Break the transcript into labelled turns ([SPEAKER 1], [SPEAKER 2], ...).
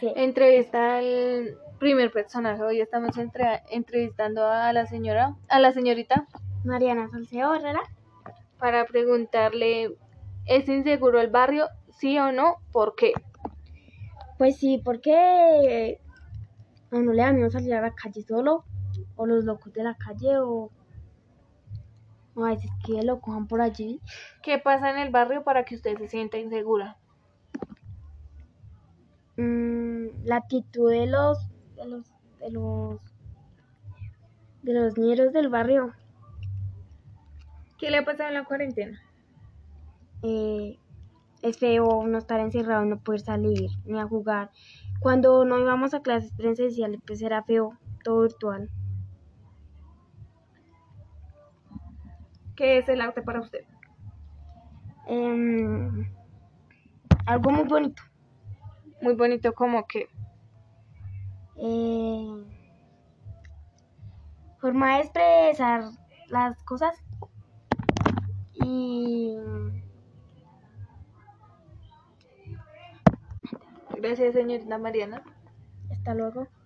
[SPEAKER 1] Eh,
[SPEAKER 2] entrevista al primer personaje. Hoy estamos entre- entrevistando a la señora, a la señorita,
[SPEAKER 1] Mariana Salcedo Herrera.
[SPEAKER 2] para preguntarle, ¿es inseguro el barrio? Sí o no, ¿por qué?
[SPEAKER 1] Pues sí, porque a uno le da miedo salir a la calle solo, o los locos de la calle, o, o a veces que lo cojan por allí.
[SPEAKER 2] ¿Qué pasa en el barrio para que usted se sienta insegura?
[SPEAKER 1] Mm, la actitud de los, de los, de los, de los niños del barrio,
[SPEAKER 2] ¿Qué le ha pasado en la cuarentena?
[SPEAKER 1] eh, es feo uno estar encerrado y no poder salir ni a jugar. Cuando no íbamos a clases presenciales, pues era feo, todo virtual.
[SPEAKER 2] ¿Qué es el arte para usted?
[SPEAKER 1] Em, algo muy bonito.
[SPEAKER 2] Muy bonito como que.
[SPEAKER 1] eh, forma de expresar las cosas y
[SPEAKER 2] Gracias, señorita Mariana.
[SPEAKER 1] hasta luego.